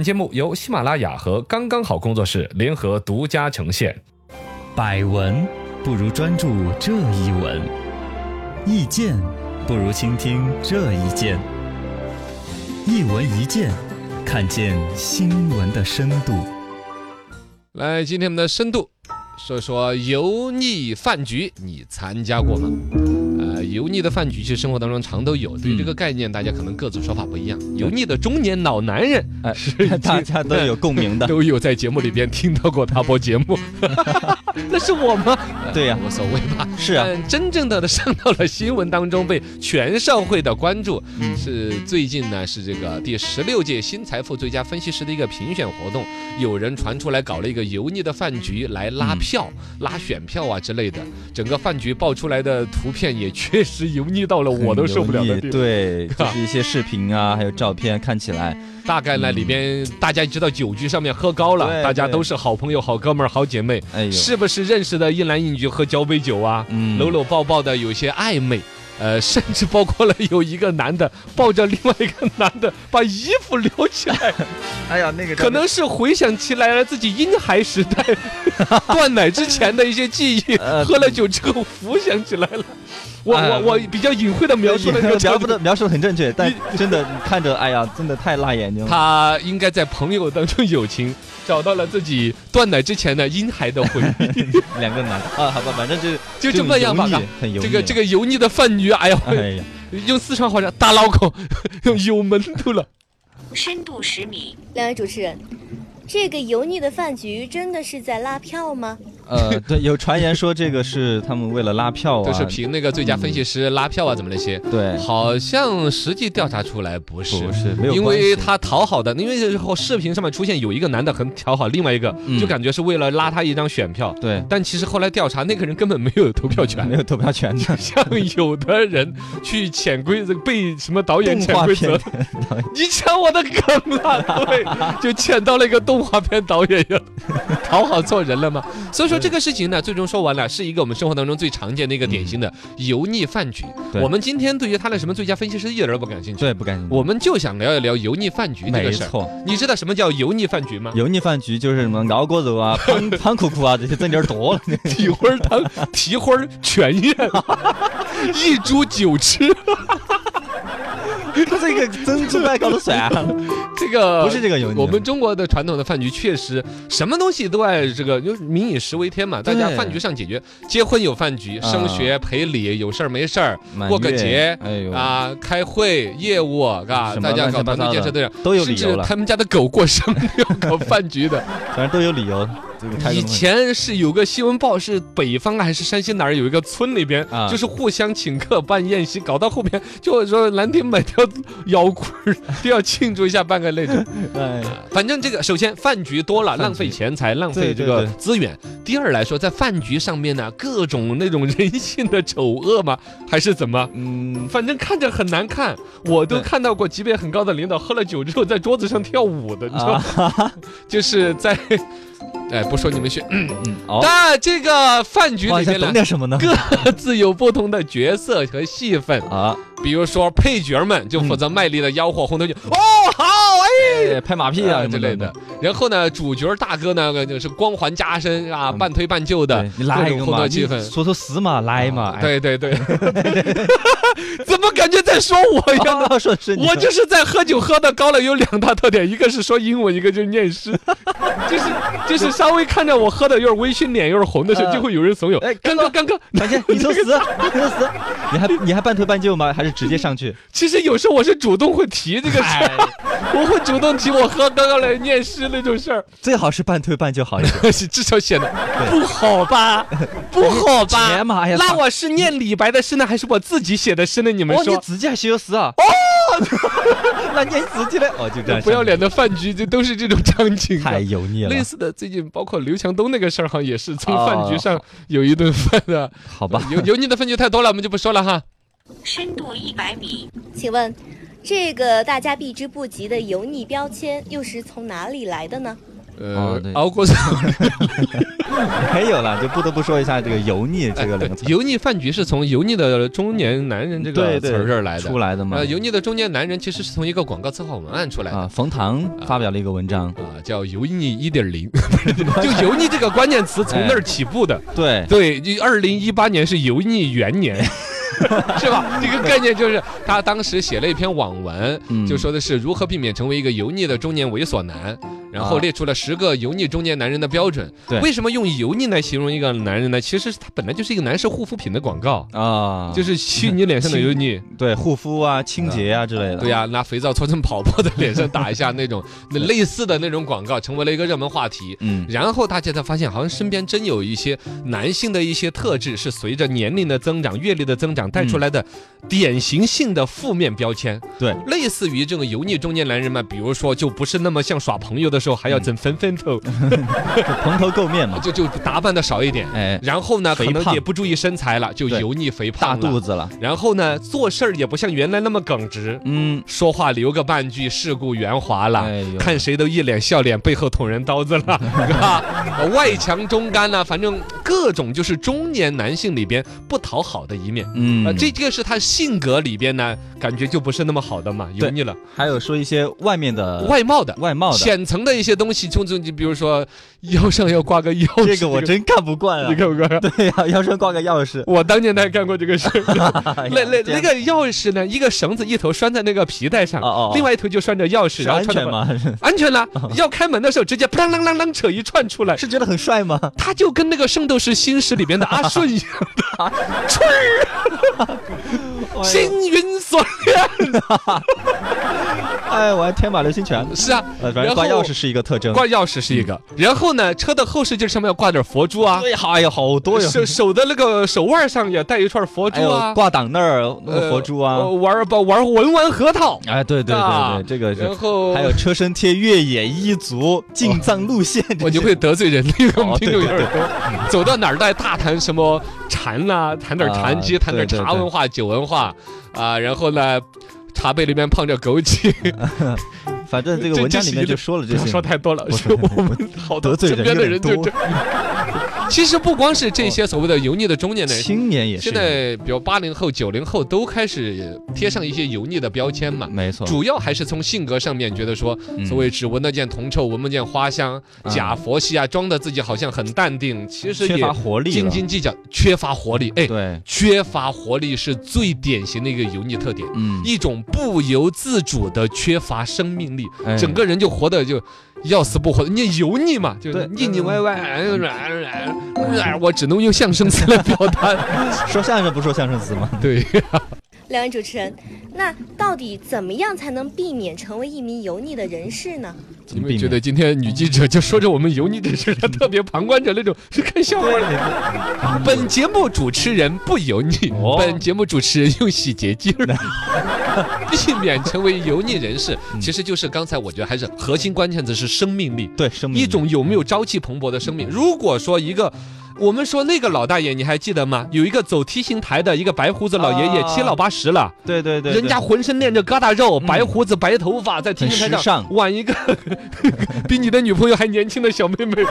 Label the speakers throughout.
Speaker 1: 本节目由喜马拉雅和刚刚好工作室联合独家呈现。
Speaker 2: 百闻不如专注这一闻，意见不如倾听这一见。一闻一见，看见新闻的深度。
Speaker 1: 来，今天我们的深度说一说油腻饭局，你参加过吗？呃，油腻的饭局其实生活当中常都有，对于这个概念，大家可能各自说法不一样。油腻的中年老男 人
Speaker 2: 哎， 大家都有共鸣的。
Speaker 1: 都有在节目里边听到过他播节目， 那是我吗？
Speaker 2: 对呀
Speaker 1: 无所谓吧。
Speaker 2: 是啊，
Speaker 1: 但真正的上到了新闻当中，被全社会的关注。
Speaker 2: 嗯
Speaker 1: 是最近呢，是这个第十六届新财富最佳分析师的一个评选活动，有人传出来搞了一个油腻的饭局来拉票、
Speaker 2: 嗯
Speaker 1: 拉选票啊之类的。整个饭局爆出来的图片也确实油腻到了我都受不了
Speaker 2: 很油
Speaker 1: 的
Speaker 2: 腻
Speaker 1: 地步。
Speaker 2: 对，就是一些视频啊，还有照片，看起来
Speaker 1: 大概呢，里边大家知道酒局上面喝高了，
Speaker 2: 对
Speaker 1: 大家
Speaker 2: 对
Speaker 1: 都是好朋友、好哥们儿、好姐妹。
Speaker 2: 哎呦，
Speaker 1: 是不是认识的一男一女喝交杯酒啊，
Speaker 2: 嗯
Speaker 1: 搂搂抱抱的，有些暧昧。呃，甚至包括了有一个男的抱着另外一个男的，把衣服撩起来，
Speaker 2: 哎呀，那个
Speaker 1: 可能是回想起来了自己婴孩时代断奶之前的一些记 忆，
Speaker 2: 呃
Speaker 1: 喝了酒之后浮想起来了。我
Speaker 2: 哎呀
Speaker 1: 我我比较隐晦的描述了一个
Speaker 2: 描
Speaker 1: 场
Speaker 2: 述
Speaker 1: 景
Speaker 2: 的描述的很正确，但真的你看着，哎呀，真的太辣眼睛了。
Speaker 1: 他应该在朋友当中友情找到了自己断奶之前的婴孩的回 忆，
Speaker 2: 两个男的啊，好吧，反正就是
Speaker 1: 就这么样吧
Speaker 2: 就。油腻很油腻。
Speaker 1: 这个这，个油腻的饭局，哎呀，
Speaker 2: 哎呀，
Speaker 1: 用四川话讲，大脑 壳有门头了。
Speaker 3: 深度十米，
Speaker 4: 两位主持人，这个油腻的饭局真的是在拉票吗？
Speaker 2: 呃， 对，有传言说这个是他们为了拉票啊，
Speaker 1: 都是凭那个最佳分析师拉票啊，怎么那些？
Speaker 2: 对，
Speaker 1: 好像实际调查出来不是，
Speaker 2: 嗯不是没有
Speaker 1: 因
Speaker 2: 关
Speaker 1: 为
Speaker 2: 系
Speaker 1: 他讨好的，因为这时候视频上面出现有一个男的很讨好另外一个，
Speaker 2: 嗯
Speaker 1: 就感觉是为了拉他一张选票。
Speaker 2: 对
Speaker 1: 但其实后来调查，那个人根本没有投票
Speaker 2: 没
Speaker 1: 权。
Speaker 2: 有投票 权的
Speaker 1: 像有的人去潜规则，被什么导演
Speaker 2: 动
Speaker 1: 潜
Speaker 2: 画
Speaker 1: 规
Speaker 2: 片
Speaker 1: 则，你抢我的梗了，对，就抢到了一个动画片导演 呀，讨好错人了吗？所以说这个事情呢，最终说完了，是一个我们生活当中最常见的一个典型的油腻饭局。
Speaker 2: 嗯对
Speaker 1: 我们今天对于他的什么最佳分析师一点儿都不感兴趣，
Speaker 2: 对不干净。
Speaker 1: 我们就想聊一聊油腻饭局这
Speaker 2: 没
Speaker 1: 个事儿。
Speaker 2: 错，
Speaker 1: 你知道什么叫油腻饭局吗？
Speaker 2: 油腻饭局就是什么 熬锅肉啊、胖胖酷酷啊这些真点儿多了。
Speaker 1: 蹄花儿汤、蹄花儿全 宴，一株九吃，
Speaker 2: 他这个珍珠蛋糕都算了，
Speaker 1: 这个
Speaker 2: 不是这个油腻
Speaker 1: 我们中国的传统的饭局确实什么东西都爱这个，就是民以食为天嘛，大
Speaker 2: 对
Speaker 1: 家饭局上解决。结婚有饭局，
Speaker 2: 啊
Speaker 1: 升学赔礼有事儿没事儿，
Speaker 2: 满
Speaker 1: 过个
Speaker 2: 月
Speaker 1: 节
Speaker 2: 哎呦
Speaker 1: 啊，开会业务啊，
Speaker 2: 什么
Speaker 1: 大家搞
Speaker 2: 乱七
Speaker 1: 团
Speaker 2: 八
Speaker 1: 队
Speaker 2: 糟
Speaker 1: 建设
Speaker 2: 的
Speaker 1: 对象
Speaker 2: 都有理
Speaker 1: 甚
Speaker 2: 由
Speaker 1: 至
Speaker 2: 了，
Speaker 1: 他们家的狗过生日要搞饭局 的。
Speaker 2: 反正都有理由。这个开个
Speaker 1: 以
Speaker 2: 会
Speaker 1: 前是有个新闻报，是北方还是山西哪儿有一个村里边
Speaker 2: 啊，
Speaker 1: 就是互相请客办宴席，搞到后面就说蓝天买条 腰裤儿 都要庆祝一下半个那种。
Speaker 2: 哎，
Speaker 1: 反正这个，首先饭局多了，
Speaker 2: 饭局
Speaker 1: 浪费钱财，浪费
Speaker 2: 对
Speaker 1: 这
Speaker 2: 对
Speaker 1: 个
Speaker 2: 对
Speaker 1: 资源。第二来说，在饭局上面呢，各种那种人性的丑恶嘛，还是怎么？
Speaker 2: 嗯，
Speaker 1: 反正看着很难看，我都
Speaker 2: 对
Speaker 1: 看到过级别很高的领导喝了酒之后在桌子上跳舞的，你知道吗？ 就是在，哎，不说你们学，
Speaker 2: 嗯，啊哦，
Speaker 1: 那这个饭局
Speaker 2: 哇，
Speaker 1: 里
Speaker 2: 想
Speaker 1: 面
Speaker 2: 懂
Speaker 1: 呢，
Speaker 2: 点什么呢？
Speaker 1: 各 自有不同的角色和戏份，
Speaker 2: 啊，
Speaker 1: 比如说配角们就负责
Speaker 2: 嗯
Speaker 1: 卖力的吆喝红头酒，哦好，哎
Speaker 2: 哎拍马屁啊
Speaker 1: 啊
Speaker 2: 什么
Speaker 1: 之类的。。然后呢，主角大哥呢就是光环加身啊，
Speaker 2: 嗯
Speaker 1: 半推半就的
Speaker 2: 对，你来
Speaker 1: 各种
Speaker 2: 一个
Speaker 1: 烘
Speaker 2: 嘛，
Speaker 1: 托
Speaker 2: 你
Speaker 1: 气氛。啊
Speaker 2: 说说实嘛，来嘛，哎，
Speaker 1: 对 对对， 怎么感觉在说我一样呢？
Speaker 2: 啊，说是 你
Speaker 1: 我就是在喝酒喝的高了，有两大特点，一个是说英文，一个就是念 诗，就是就是稍微看着我喝的有点微醺，脸有点红的时候，
Speaker 2: 呃
Speaker 1: 就会有人怂恿，
Speaker 2: 哎
Speaker 1: 刚哥刚哥，
Speaker 2: 反正 你说实，你说实，你还你还半推半就吗？还是直接 上去？
Speaker 1: 其实有时候我是主动会提这个
Speaker 2: 哎
Speaker 1: 事儿，我会主动提我喝刚刚来念诗那种事儿，
Speaker 2: 最好是半推半就好一点。
Speaker 1: 是至少显得不好吧，不好吧
Speaker 2: 钱？嘛，哎呀，
Speaker 1: 那我是念李白的诗呢，还是我自己写的诗呢？你们
Speaker 2: 哦，你
Speaker 1: 说？
Speaker 2: 自己还写诗啊？哦， 那你自己嘞？哦，就这样，
Speaker 1: 不要脸的饭局，这都是这种场景啊。
Speaker 2: 太油腻了
Speaker 1: 类，似的，最近包括刘强东那个事儿，好像也是从
Speaker 2: 哦
Speaker 1: 饭局上有一顿饭的、
Speaker 2: 好吧？
Speaker 1: 油油腻的饭局太多了，我们就不说了哈。
Speaker 3: 深度一百米，
Speaker 4: 请问，这个大家避之不及的油腻标签又是从哪里来的呢？
Speaker 1: 呃
Speaker 5: 哦对，
Speaker 1: 熬过手。
Speaker 5: 没有了，就不得不说一下这个“油腻”这个两个词
Speaker 1: 哎 油腻饭局是从油腻的中年男人这个
Speaker 5: 对
Speaker 1: 词
Speaker 5: 对
Speaker 1: 儿这儿来
Speaker 5: 出
Speaker 1: 的。
Speaker 5: 来的嘛
Speaker 1: 呃，。油腻的中年男人其实是从一个广告策划文案出来的。
Speaker 5: 啊，冯唐发表了一个文章，
Speaker 1: 啊，叫油腻一点零，就油腻这个关键词从那儿起步的。
Speaker 5: 对，
Speaker 1: 对，二零一八年是油腻元 年，是吧？这个概念就是他当时写了一篇网文，
Speaker 5: 嗯
Speaker 1: 就说的是如何避免成为一个油腻的中年猥琐男，然后
Speaker 5: 啊
Speaker 1: 列出了十个油腻中年男人的标准。
Speaker 5: 对
Speaker 1: 为什么用油腻来形容一个男人呢？其实他本来就是一个男士护肤品的广告。
Speaker 5: 啊，
Speaker 1: 就是吸你脸上的油腻，
Speaker 5: 对护肤啊、清洁啊之类的。
Speaker 1: 对呀、拿肥皂搓成泡泡在脸上打一下那 种，那类似的那种广告成为了一个热门话题。
Speaker 5: 嗯，
Speaker 1: 然后大家才发现，好像身边真有一些男性的一些特质是随着年龄的增长、阅历的增长带出来的典型性的负面标签。
Speaker 5: 对，
Speaker 1: 类似于这种油腻中年男人嘛，比如说就不是那么像耍朋友的时候还
Speaker 5: 嗯
Speaker 1: 要整分分头，
Speaker 5: 就蓬头垢面嘛，
Speaker 1: 就就打扮的少 一点。
Speaker 5: 哎，
Speaker 1: 然后呢，可
Speaker 5: 肥
Speaker 1: 能
Speaker 5: 胖
Speaker 1: 也不注意身材了，就
Speaker 5: 对
Speaker 1: 油腻肥
Speaker 5: 大
Speaker 1: 胖
Speaker 5: 肚
Speaker 1: 了。
Speaker 5: 子了，
Speaker 1: 然后呢，做事儿也不像原来那么耿直。
Speaker 5: 嗯，
Speaker 1: 说话留个半句，世故圆滑了，
Speaker 5: 哎呦
Speaker 1: 看谁都一脸笑脸，背后捅人刀子 了，是吧？外强中干了，反正各种就是中年男性里边不讨好的一面。
Speaker 5: 嗯，
Speaker 1: 啊，这个是他性格里边呢，感觉就不是那么好的嘛，油
Speaker 5: 对
Speaker 1: 腻了，
Speaker 5: 还有说一些外面的
Speaker 1: 外貌的。
Speaker 5: 外貌的，
Speaker 1: 浅层的一些东西，就就就比如说腰上要挂个钥匙，
Speaker 5: 这个我真看不惯啊
Speaker 1: 你。看不看？
Speaker 5: 对呀， 腰上挂个钥匙，
Speaker 1: 我当年还干过这个事 儿，
Speaker 5: 哎
Speaker 1: 那那
Speaker 5: 这样
Speaker 1: 那个钥匙呢，一个绳子一头拴在那个皮带上，
Speaker 5: 哦哦哦
Speaker 1: 另外一头就拴着钥匙，
Speaker 5: 是
Speaker 1: 然后
Speaker 5: 安
Speaker 1: 穿着
Speaker 5: 全吗？ 哦
Speaker 1: 安全了，要开门的时候直接啷啷啷啷扯一串出来，
Speaker 5: 是觉得很帅吗？
Speaker 1: 他就跟那个《圣斗士星矢》里边的阿顺一样 的，春儿星云锁链。
Speaker 5: 哎，我还天马流星拳。
Speaker 1: 是啊，
Speaker 5: 呃，反正挂钥匙是一个特征。
Speaker 1: 挂钥匙是一个，然后呢，车的后视镜上面要挂点佛珠啊，
Speaker 5: 嗯对，哎呀，好多呀！
Speaker 1: 手手的那个手腕上也带一串佛
Speaker 5: 还
Speaker 1: 珠啊
Speaker 5: 有，挂档那儿那
Speaker 1: 呃
Speaker 5: 个佛珠啊。
Speaker 1: 呃玩把玩文玩核桃，
Speaker 5: 哎，对对
Speaker 1: 啊
Speaker 5: 对对，这个是
Speaker 1: 然后
Speaker 5: 还有车身贴越野一族进藏路线，这些
Speaker 1: 我就会得罪人的，我们
Speaker 5: 哦
Speaker 1: 听众有点多。走到哪儿都爱大谈什么禅呐、谈点禅机，
Speaker 5: 啊
Speaker 1: 谈点
Speaker 5: 对对
Speaker 1: 茶文化、酒文化啊，然后呢，茶杯里面泡着枸杞。
Speaker 5: 反正这个
Speaker 1: 这
Speaker 5: 文章
Speaker 1: 这是
Speaker 5: 里
Speaker 1: 一
Speaker 5: 面
Speaker 1: 个
Speaker 5: 就说了
Speaker 1: 不
Speaker 5: 这
Speaker 1: 要
Speaker 5: 些
Speaker 1: 说
Speaker 5: 嘛。
Speaker 1: 太多了，是我们好多
Speaker 5: 得罪
Speaker 1: 身
Speaker 5: 人
Speaker 1: 边的
Speaker 5: 有
Speaker 1: 人
Speaker 5: 点
Speaker 1: 就
Speaker 5: 多
Speaker 1: 这。 其实不光是这些所谓的油腻的中年男人。
Speaker 5: 青年也是
Speaker 1: 现，在，比如八零后、九零后都开始贴上一些油腻的标签嘛，
Speaker 5: 没错，
Speaker 1: 主要还是从性格上面觉得说，
Speaker 5: 嗯
Speaker 1: 所谓只闻得见铜臭，闻不见花香，
Speaker 5: 啊
Speaker 1: 假佛系啊，装的自己好像很淡定，其实
Speaker 5: 缺
Speaker 1: 也
Speaker 5: 乏活力
Speaker 1: 斤
Speaker 5: 了。
Speaker 1: 斤计较，缺乏活力。哎，
Speaker 5: 对，
Speaker 1: 缺乏活力是最典型的一个油腻特点，
Speaker 5: 嗯，
Speaker 1: 一种不由自主的缺乏生命力，
Speaker 5: 哎
Speaker 1: 整个人就活得就。要死不活的，你油腻嘛，就
Speaker 5: 对嗯
Speaker 1: 腻腻歪歪，哎哎哎哎我只能用相声词来表达。
Speaker 5: 说相声不说相声词吗？
Speaker 1: 对，
Speaker 4: 两位主持人，那到底怎么样才能避免成为一名油腻的人士呢？
Speaker 5: 怎
Speaker 1: 你
Speaker 5: 么
Speaker 1: 们
Speaker 5: 避
Speaker 1: 觉得
Speaker 5: 免？嗯
Speaker 1: 今天女记者就说着我们油腻这事儿，她特别旁观者那种，是看笑话的。 本节目主持人不油腻，
Speaker 5: 哦
Speaker 1: 本节目主持人用洗洁精儿， 避免成为油腻人士，
Speaker 5: 嗯
Speaker 1: 其实就是刚才我觉得还是核心关键词是生命力，
Speaker 5: 对，生命
Speaker 1: 一种有没有朝气蓬勃的生
Speaker 5: 嗯
Speaker 1: 命。如果说一个。我们说那个老大爷，你还记得吗？有一个走 T 型台的一个白胡子老爷爷，
Speaker 5: 啊
Speaker 1: 七老八十了，
Speaker 5: 对对对，对
Speaker 1: 人家浑身练着疙瘩肉，白胡子、白头发，在 T
Speaker 5: 很
Speaker 1: 型台
Speaker 5: 时
Speaker 1: 上
Speaker 5: 尚
Speaker 1: 挽一个 比你的女朋友还年轻的小妹 妹，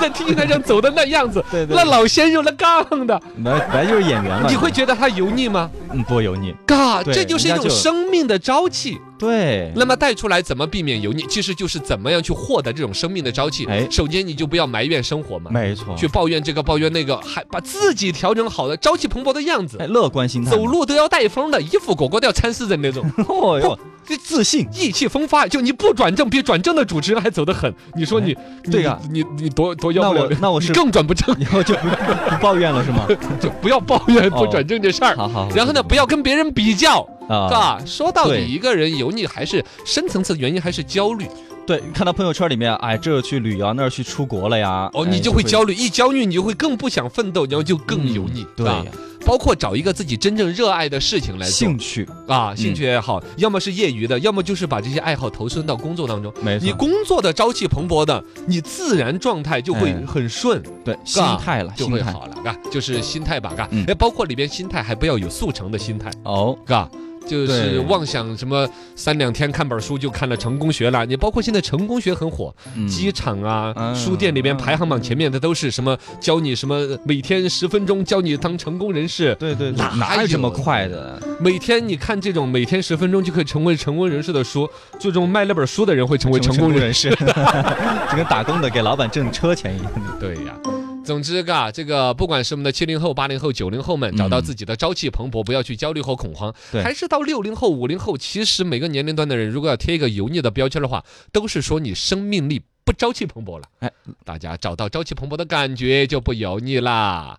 Speaker 1: 在 T 型台上走的那样子，
Speaker 5: 对对对
Speaker 1: 那老鲜肉那杠的，
Speaker 5: 本来本来就是演员嘛，
Speaker 1: 你会觉得他油腻吗？
Speaker 5: 嗯不油腻？
Speaker 1: 嘎，
Speaker 5: 对
Speaker 1: 这就是一
Speaker 5: 人家
Speaker 1: 种
Speaker 5: 就
Speaker 1: 生命的朝气。
Speaker 5: 对，
Speaker 1: 那么带出来怎么避免油腻？其实就是怎么样去获得这种生命的朝气
Speaker 5: 哎。
Speaker 1: 首先，你就不要埋怨生活嘛，
Speaker 5: 没错，
Speaker 1: 去抱怨这个抱怨那个，还把自己调整好了，朝气蓬勃的样子
Speaker 5: 哎，。乐观心态嘛，
Speaker 1: 走路都要带风的，衣服裹裹都要缠死人那种，
Speaker 5: 哦哟，
Speaker 1: 这
Speaker 5: 自信，
Speaker 1: 意气风发。就你不转正，比转正的主持人还走得狠。你说你，你
Speaker 5: 哎对呀
Speaker 1: 你你多多要
Speaker 5: 那
Speaker 1: 不了
Speaker 5: 我
Speaker 1: 脸，
Speaker 5: 那我
Speaker 1: 你
Speaker 5: 是
Speaker 1: 更转不正，
Speaker 5: 以后就不 不抱怨了是吗？
Speaker 1: 就不要抱怨不
Speaker 5: 哦
Speaker 1: 转正这事儿。
Speaker 5: 好好，
Speaker 1: 然后呢，不要跟别人比较，
Speaker 5: 啊，
Speaker 1: 啊，说到底，
Speaker 5: 对
Speaker 1: 一个人油腻还是深层次的原因还是焦虑
Speaker 5: 对，看到朋友圈里面，哎，这去旅游，那儿去出国了呀，
Speaker 1: 哦，
Speaker 5: 哎
Speaker 1: 你就会焦虑，一焦虑你就会更不想奋斗，然后就更油腻，
Speaker 5: 嗯对
Speaker 1: 吧
Speaker 5: 呀，
Speaker 1: 包括找一个自己真正热爱的事情来做
Speaker 5: 兴嗯趣，
Speaker 1: 啊，兴趣爱好，要么是业余的，要么就是把这些爱好投身到工作当中。
Speaker 5: 没
Speaker 1: 你
Speaker 5: 错，
Speaker 1: 工作的朝气蓬勃的，你自然状态就会
Speaker 5: 哎
Speaker 1: 很顺，
Speaker 5: 对，心态了，
Speaker 1: 就
Speaker 5: 心
Speaker 1: 会
Speaker 5: 态，
Speaker 1: 好了，嘎，就是心态吧，嘎啊
Speaker 5: 嗯，
Speaker 1: 哎，包括里边心态还不要有速成的心态，
Speaker 5: 哦，
Speaker 1: 嘎。就是
Speaker 5: 对
Speaker 1: 妄想什么三两天看本书就看了成功学了。你包括现在成功学很火，
Speaker 5: 嗯
Speaker 1: 机场啊、
Speaker 5: 嗯
Speaker 1: 书店里面
Speaker 5: 嗯
Speaker 1: 排行榜前面的都是什么教你什么每天十分钟教你当成功人士，
Speaker 5: 对对，
Speaker 1: 哪
Speaker 5: 对哪有这么快的？
Speaker 1: 每天你看这种每天十分钟就可以成为成功人士的书，最终卖那本书的人会成为成功人。
Speaker 5: 人 士，就跟打工的给老板挣车钱一样。
Speaker 1: 对呀。总之，嘎，这个不管是我们的七零后、八零后、九零后们，找到自己的朝气蓬勃，不要去焦虑和恐慌。
Speaker 5: 对
Speaker 1: 还是到六零后、五零后，其实每个年龄段的人，如果要贴一个油腻的标签的话，都是说你生命力不朝气蓬勃了。哎
Speaker 5: 哎，
Speaker 1: 大家找到朝气蓬勃的感觉，就不油腻啦。